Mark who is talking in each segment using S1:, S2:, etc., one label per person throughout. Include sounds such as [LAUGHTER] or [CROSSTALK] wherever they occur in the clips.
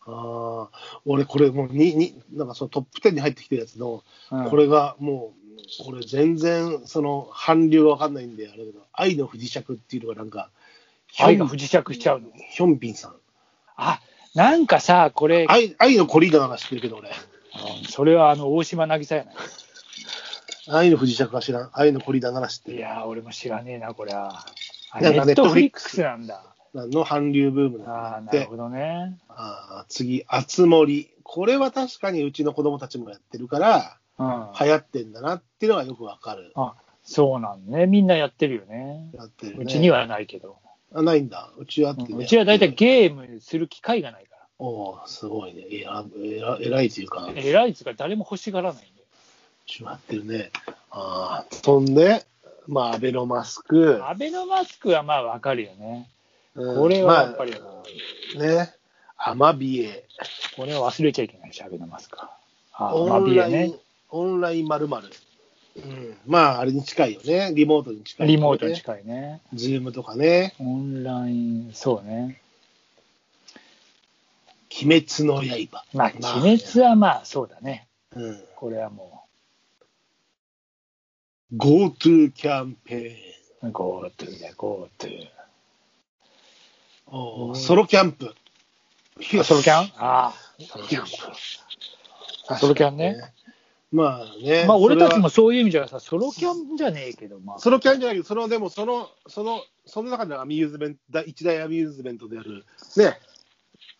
S1: ああ、俺これもうにになんかそのトップ10に入ってきてるやつの、
S2: うん
S1: これがもう、俺全然その韓流わかんないんで、あれだけど、愛の不時着っていうのがなんか、ヒ
S2: 愛が
S1: ョン
S2: 不時着しちゃうの。
S1: ヒョンビンさん。
S2: あなんかさ、これ、
S1: 愛愛のコリーダーなんか知ってるけど俺、
S2: うんそれはあの大島渚やな
S1: 愛の不時着は知らん、愛のコリーダーなら知って
S2: い。
S1: る
S2: い。やー、俺も知らねえな、これは。あ
S1: な
S2: ネ
S1: んか
S2: ットフリック
S1: Netflix
S2: スなんだ。
S1: の韓流ブーム
S2: ああ、
S1: なん
S2: なる
S1: で
S2: ほ、どね。
S1: あー次、あつ森。これは確かにうちの子供たちもやってるから、
S2: うん。
S1: 流行ってんだなっていうのがよくわかる。
S2: あそうなんね。みんなやってるよね。
S1: やってるね
S2: うちにはないけど。
S1: あないんだ。うちはあって、ね
S2: うんうちは大体ゲームする機会がないか
S1: おおすごいね。えら、えらえらいというか、
S2: ら。偉いっつうか誰も欲しがらないんだよ
S1: 決まってるね。ああ、そんで、まあ、アベノマスク。
S2: アベノマスクはまあわかるよね。
S1: うん
S2: これはやっぱり、
S1: まあ、ね、アマビエ。
S2: これは忘れちゃいけないし、アベノマスクは。あ
S1: オ
S2: マ
S1: ン
S2: ビエ
S1: ライン、
S2: ね。
S1: オンラインまるまる。うん、まあ、あれに近いよね。リモートに近い、
S2: リモートに近いね。
S1: い。ズームとかね。
S2: オンライン、そうね。
S1: 鬼滅の刃。
S2: まあ、
S1: まあ
S2: 鬼滅はまあそうだね。
S1: うん。
S2: これはも
S1: GoTo キャンペーン。
S2: う、GoTo だ、GoTo。う
S1: おー
S2: ん
S1: ソロキャンプ。いや
S2: ソロキャンあ
S1: ソロキャンプ。
S2: あ、ソロキャンね。。
S1: まあね。
S2: まあ俺た
S1: そ
S2: ち
S1: れは
S2: もそういう意味じゃさ、ソロキャンじゃねえけど、まあ。
S1: ソロキャンじゃないけど、その、でも、その、その、その中でのアミューズメント、第一大アミューズメントである、ね、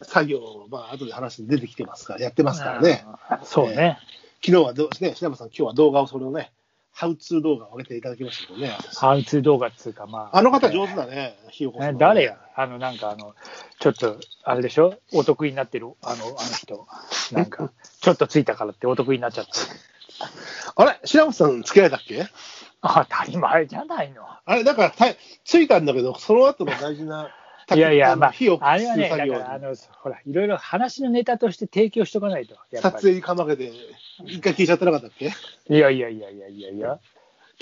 S1: 作業を、まあ、後で話に出てきてますから、やってますからね。
S2: あー。そうね。
S1: 昨日はどう、ね、品山さん、今日は動画を、それをね、ハウツー動画を上げていただきましたけどね。
S2: ハウツー動画っつうか、まあ。
S1: あの方上手だね、ひよこさ
S2: ね
S1: ん。
S2: 誰やあの、なんかあの、ちょっと、あれでしょお得意になってる、あの、あの人。なん
S1: [LAUGHS]
S2: か、ちょっとついたからってお得意になっちゃった。
S1: あれ品山さん、付き合いだっけ
S2: あ当たり前じゃないの。
S1: あれ、だからた、ついたんだけど、その後の大事な、
S2: [LAUGHS] いやいや、まあ
S1: 火を、
S2: あれは
S1: 消
S2: ね、
S1: す
S2: だか
S1: 作業
S2: ら、あの、ほら、いろいろ話のネタとして提供しとかないと。やっぱり
S1: 撮影にかまけて、一回聞いちゃってなかったっ
S2: [LAUGHS]
S1: け
S2: いやいやいやいやいやいや。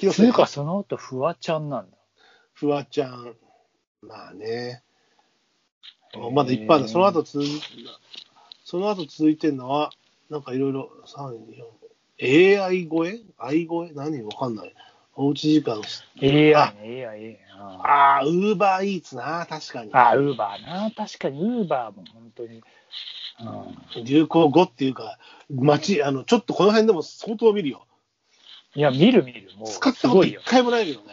S1: 昨
S2: つうか、その後、フワちゃんなんだ。
S1: フワちゃん。まあね。まだいっぱいある。その後続いその後続いてるのは、なんかいろいろ、3、4、AI 声愛声何わかんない。おうち時間。
S2: いや
S1: あ、
S2: いやいや。あ
S1: ああ、ウーバーイーツな、確かに。
S2: あ、ウーバーな。確かに、ウーバーも本当に。うん
S1: 流行語っていうか、街、あの、ちょっとこの辺でも相当見るよ。
S2: いや、見る見る。もう、
S1: 使っ
S2: す
S1: たこと
S2: ごい
S1: 一
S2: よ。
S1: 回もないけどね。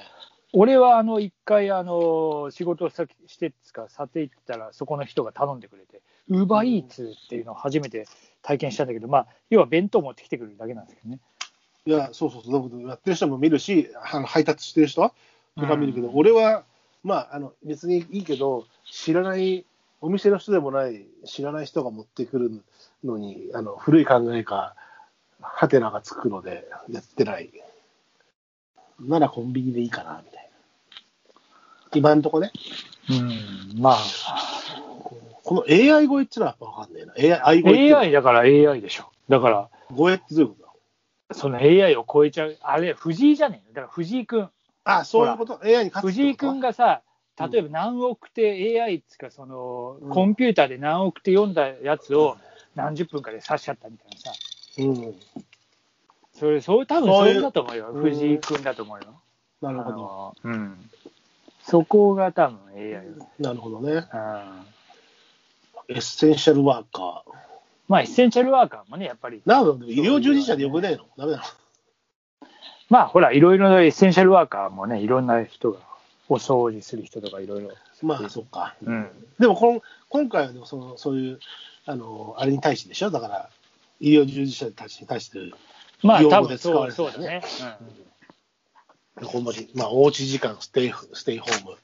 S2: 俺はあの一回あの仕事をさしてっつか撮影行ったらそこの人が頼んでくれてウーバーイーツっていうのを初めて体験したんだけどまあ要は弁当持ってきてくれるだけなんですけどね
S1: いや、そうそうそう、だからやってる人も見るし、あの配達してる人とか見るけど、
S2: う
S1: 俺は、まあ、あの別にいいけど、知らない、お店の人でもない、知らない人が持ってくるのに、あの古い考えか、ハテナがつくので、やってない。ならコンビニでいいかな、みたいな。今んとこね、
S2: うんまあ
S1: この AI 声ってのはやっぱ分かんねえな。AI 声って
S2: AI だから AI でしょだから
S1: 声ってどういうこと
S2: その AI を超えちゃうあれ藤井じゃねえのだから藤井君
S1: だあ、そういうこと ?AI に勝つってこと
S2: 藤井君がさ
S1: うん
S2: 例えば何億手 AI っつうかその
S1: うん
S2: コンピューターで何億手読んだやつを何十分かで刺しちゃったみたいなさ
S1: うん。
S2: それそう多分
S1: そ
S2: そう
S1: いう
S2: れだと思うよ
S1: うん
S2: 藤井君だと思うよ
S1: なる
S2: あ
S1: ほど。
S2: のうん、そこが多分 AI、うん、
S1: なるほどね。エッセンシャルワーカー。
S2: まあエッセンシャルワーカーもねやっぱり
S1: なるほど、医療従事者でよくないのダメなの
S2: まあほらいろいろなエッセンシャルワーカーもねいろんな人がお掃除する人とかいろいろ、
S1: まあ、そっか。
S2: うん、
S1: でもこん、今回はでもその、そういう、あの、あれに対してでしょだから、医療従事者たちに対して、
S2: まあ
S1: 用
S2: 多
S1: 語で
S2: 分
S1: 使わ
S2: そ
S1: れ
S2: う
S1: てた
S2: そ
S1: よ
S2: う
S1: ね
S2: だね、
S1: こんまり、まあ、おうち時間、ステイ、ステイホーム、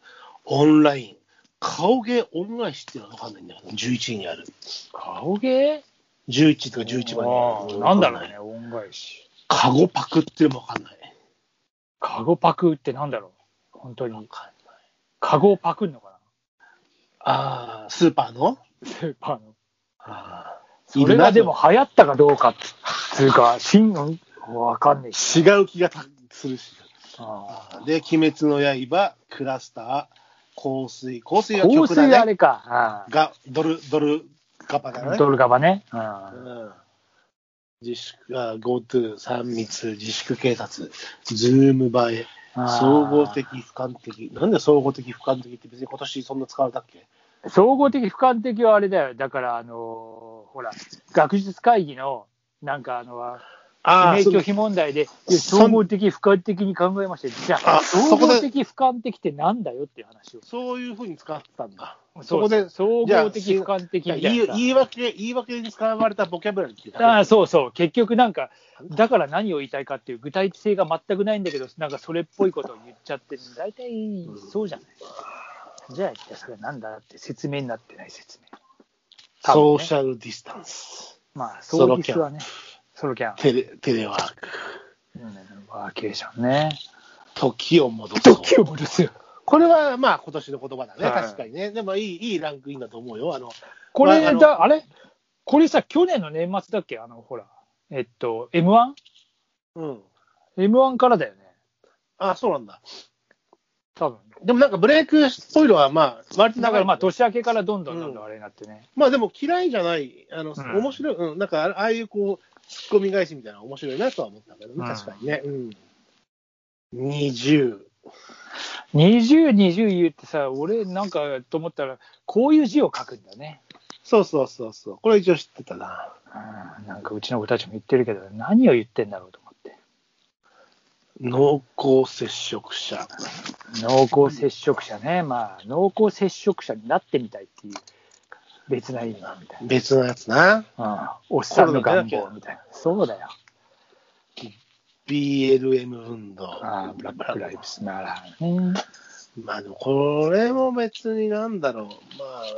S1: オンライン、顔芸恩返しっていうのはわかんないんだけど、11位にある。
S2: うん、顔芸
S1: 11とか11番にある。
S2: なんだろ
S1: わ
S2: う
S1: かない。
S2: ね恩返し
S1: カゴパクっていうのもわかんない。
S2: カゴパクってなんだろう本当
S1: わ
S2: に
S1: かんない。
S2: カゴをパクんのか
S1: ああ、スーパーの
S2: なスーパーの
S1: ああ
S2: それがでも流行ったかどうかっつうか真のわかんねえし
S1: 違う気がたするし。
S2: あー
S1: で、鬼滅の刃、クラスター、香水、香水は
S2: 香
S1: 曲だ
S2: 水あ
S1: ね。
S2: れかあー
S1: が、ドル、ドル、ガバだね。
S2: ドルガバね。う。
S1: うんん自粛、あ GoTo、3密、自粛警察、ズーム映え、総合的、俯瞰的。なんで総合的、俯瞰的って別に今年そんな使われたっけ
S2: 総合的、俯瞰的はあれだよ。だから、あのーほら、学術会議の、なんかあの、
S1: あ
S2: 名
S1: そ
S2: 拒否問題で、いや
S1: そん
S2: 総合的、俯瞰的に考えましたよじゃあ、
S1: あ
S2: 総
S1: そこで
S2: 合的、俯瞰的ってなんだよっていう話を。
S1: そういうふうに使ってたんだ。
S2: そ
S1: そこで
S2: 総
S1: じゃあ
S2: 合的、俯瞰的
S1: いや
S2: み
S1: 言い
S2: た
S1: 言
S2: い
S1: い訳、言い訳に使われたボキャブラリーっていう
S2: な。あ
S1: か
S2: あそうそう、結局なんか、だから何を言いたいかっていう具体性が全くないんだけど、なんかそれっぽいことを言っちゃって、大体そうじゃない。じゃあ、一体それはなんだって説明になってない説明。
S1: ソーシャルディスタンス、
S2: まあ、そうですはね。ソロキャン。
S1: テレテレワーク、
S2: うんワーケーションね。
S1: 時を戻そう。
S2: 時を戻すよ。
S1: これはまあ今年の言葉だね、
S2: はい
S1: 確かにね。でもいい、いいランクインだと思うよ。あの、
S2: こ
S1: まああ
S2: れ
S1: の
S2: だ、あれこれさ、去年の年末だっけあの、ほら。えっと、M1?M1
S1: うん。
S2: からだよね。
S1: あ、そうなんだ。
S2: 多分。
S1: でもなんかブレイクっぽいのはまあ、割と
S2: だ
S1: 長
S2: か
S1: い
S2: らまあ、年明けからどんどんどんど
S1: う
S2: ん
S1: ん
S2: あれになってね。
S1: まあでも嫌いじゃない、あの、
S2: うん
S1: 面白い、うん、なんかあああいうこう、ツッコミ返しみたいなの面白いなとは思ったけどね、
S2: うん
S1: 確かにね。うん。20。
S2: 20、20言ってさ、俺なんかと思ったら、こういう字を書くんだね。
S1: そうそうそうそう。これ一応知ってたな。
S2: うんなんかうちの子たちも言ってるけど、何を言ってんだろうと思って。
S1: 濃厚接触者。
S2: 濃厚接触者ね。まあ、濃厚接触者になってみたいっていう、別な意味みたい
S1: 別のやつな。
S2: な。うん。おっさんの願望みたいな。そうだよ。
S1: BLM 運動。
S2: ああ、ブラックライブスなら、ね。
S1: まあでもこれも別になんだろ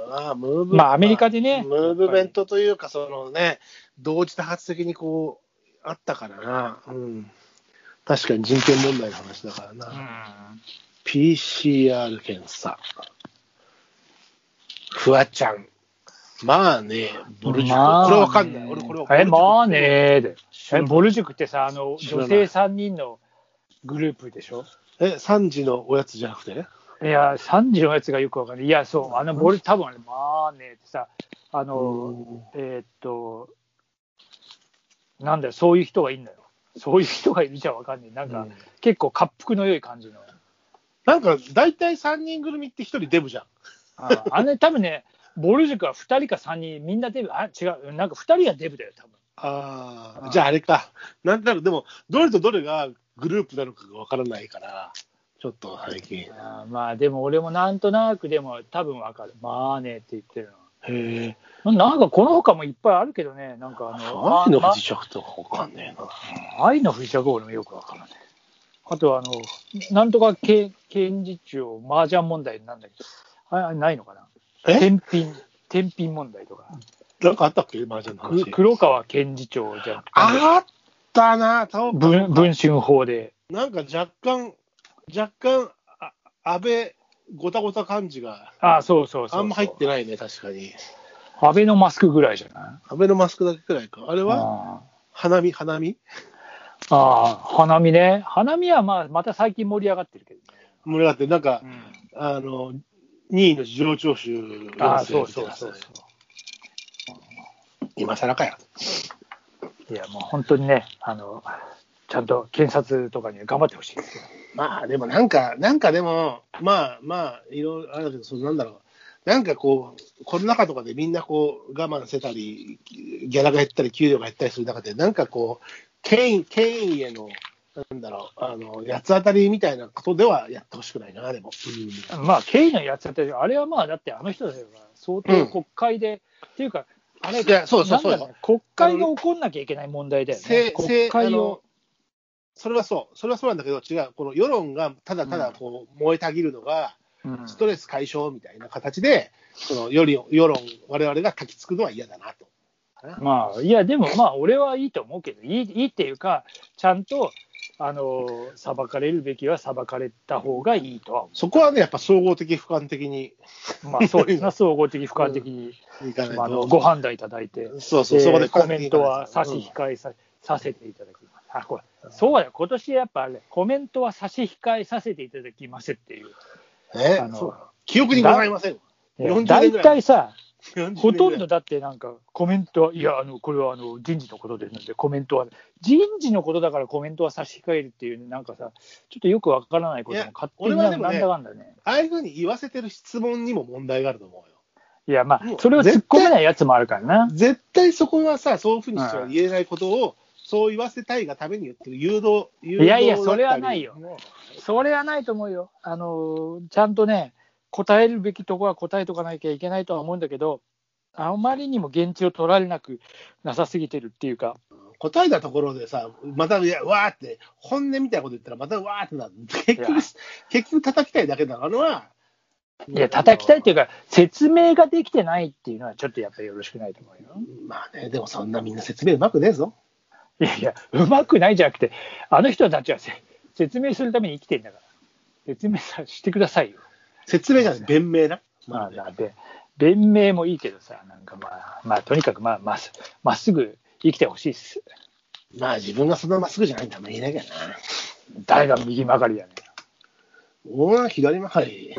S1: う。まあ、まあ、ムーブ
S2: まあアメリカでね
S1: ムーブメントというか、そのね、同時多発的にこう、あったからな。うん。確かに人権問題の話だからな。PCR 検査。フワちゃん。まあね、ボルジュク。
S2: まあね
S1: これわかんない。俺これわかんない。
S2: え、まあねーだよ。え、ボル塾ってさ、あの、
S1: 知らない
S2: 女性3人のグループでしょ
S1: え、3時のおやつじゃなくて
S2: いや、3時のやつがよくわかんない。いや、そう、あの、ボル、多分あれ、まあねーってさ、あの、えーっと、なんだよ、そういう人がいいんだよ。そういう人がいるじゃわかんない。なんか、
S1: うん
S2: 結構、恰幅の良い感じの。
S1: なんか、大体3人ぐるみって1人デブじゃん。
S2: あーあの、多分ね、ボル塾は2人か3人、みんなデブ、あ、違う、なんか2人はデブだよ、多分。
S1: あ
S2: あ
S1: あ、じゃああれか。なんとなく、でも、どれとどれがグループなのかがわからないから、ちょっと最近。へ
S2: あーまあでも俺もなんとなくでも多分わかる。まあねって言ってる
S1: え。
S2: の。なんかこの他もいっぱいあるけどね、なんかあの、
S1: 何の
S2: ま
S1: 磁石とかわかんねえな。
S2: ま愛の不時着は俺もよくわからない。あとはあの、なんとかけ検事長麻雀問題なんだけど、あないのかな
S1: え
S2: 天品、天品問題とか。
S1: なんかあったっけ麻雀の
S2: く
S1: 話。
S2: 黒川検事長じゃなくて
S1: あったな、多分
S2: 文文春法で。
S1: なんか若干、若干、あ安倍、ごたごた感じが
S2: ああ、そうそうそうそう。
S1: あんま入ってないね、確かに。
S2: 安倍のマスクぐらいじゃない
S1: 安倍のマスクだけくらいか。あれ
S2: あー
S1: は花見、花見
S2: あー、花見ね。花見はまあ、また最近盛り上がってるけどね。
S1: 盛り上がって、なんか、あの、任意の事情聴取
S2: あ
S1: 要
S2: あ、
S1: 請
S2: そ
S1: み
S2: う
S1: たい
S2: そうそ
S1: な
S2: うそ
S1: 今更かよ。
S2: う。いや、もう本当にね、あの、ちゃんと検察とかに頑張ってほしいですよ。
S1: まあでもなんか、なんかでも、まあまあ、いろいろあるけど、そのなんだろう。なんかこう、コロナ禍とかでみんなこう、我慢してたり、ギャラが減ったり、給料が減ったりする中で、なんかこう、権威、権威への、なんだろう、あの、八つ当たりみたいなことではやってほしくないな、でも。
S2: まあ、経緯のやつだったり、あれはまあ、だってあの人たちは相当国会で、っていうか、あれ、
S1: いやそうそうそう
S2: なんだろね国会が起こんなきゃいけない問題だよね
S1: せ。
S2: 国
S1: せあ
S2: 会
S1: の
S2: を。
S1: それはそう、それはそうなんだけど、違う、この世論がただただこう、燃えたぎるのが、
S2: うん
S1: ストレス解消みたいな形で、そのより世論、我々が書きつくのは嫌だなと。
S2: まあ、いや、でもまあ、俺はいいと思うけど、いいいいっていうか、ちゃんと、あの、裁かれるべきは裁かれた方がいいとは思
S1: そこはね、やっぱ総合的、俯瞰的に
S2: う。まあ、そう
S1: [LAUGHS]
S2: ですな、総合的、俯瞰的に、
S1: いかない
S2: まああの
S1: と。
S2: ご判断いただいて。
S1: そうそう、
S2: えー
S1: そこで
S2: コメントは差
S1: さ
S2: し控えさ,、させていただきます。あ、これ、そうだよ、今年やっぱあれ、コメントは差し控えさせていただきますっていう。
S1: え
S2: あの
S1: そう記憶にございません。40年ぐらい
S2: 大体さ、ほとんどだってなんかコメントは、いや、あのこれはあの人事のことですので、コメントは、人事のことだからコメントは差し控えるっていう、なんかさ、ちょっとよくわからないことも勝手に
S1: いや
S2: な
S1: 俺はで
S2: ん
S1: もね
S2: だかんだね。
S1: ああいうふうに言わせてる質問にも問題があると思うよ。
S2: いや、まあ
S1: もう、
S2: それを突っ込めないやつもあるからな。
S1: 絶対そこはさ、そういうふうにしては言えないことを、そう言わせたいがために言ってる誘導、誘導
S2: いやいや
S1: だったり
S2: それはないよ。それはないと思うよ。あのちゃんとね、答えるべきとこは答えとかなきゃいけないとは思うんだけど、あまりにも現地を取られなくなさすぎてるっていうか、
S1: 答えたところでさ、またいやわーって、本音みたいなこと言ったら、またわーってなる。結
S2: いや
S1: 局、結局叩きたいだけなのは、
S2: いや、叩きたいって
S1: い
S2: いうか、説明ができてないっていうのは、ちょっとやっぱりよろしくないと思うよ。
S1: う。まあね、でもそんなみんな説明うまくねえぞ。
S2: いやいや、うまくないじゃなくて、あの人たちはせ説明するために生きてんだから、説明さしてくださいよ。
S1: 説明じゃない、弁明な。
S2: ま
S1: ま
S2: あ、
S1: あね
S2: だって、弁明もいいけどさ、なんかまあ、まあ、とにかくまあ、まっすまっすぐ生きてほしいっす。
S1: まあ自分がそんなまっすぐじゃないんだもん言えなきゃな。
S2: 誰が右曲がりやねん。
S1: 俺は左曲がり。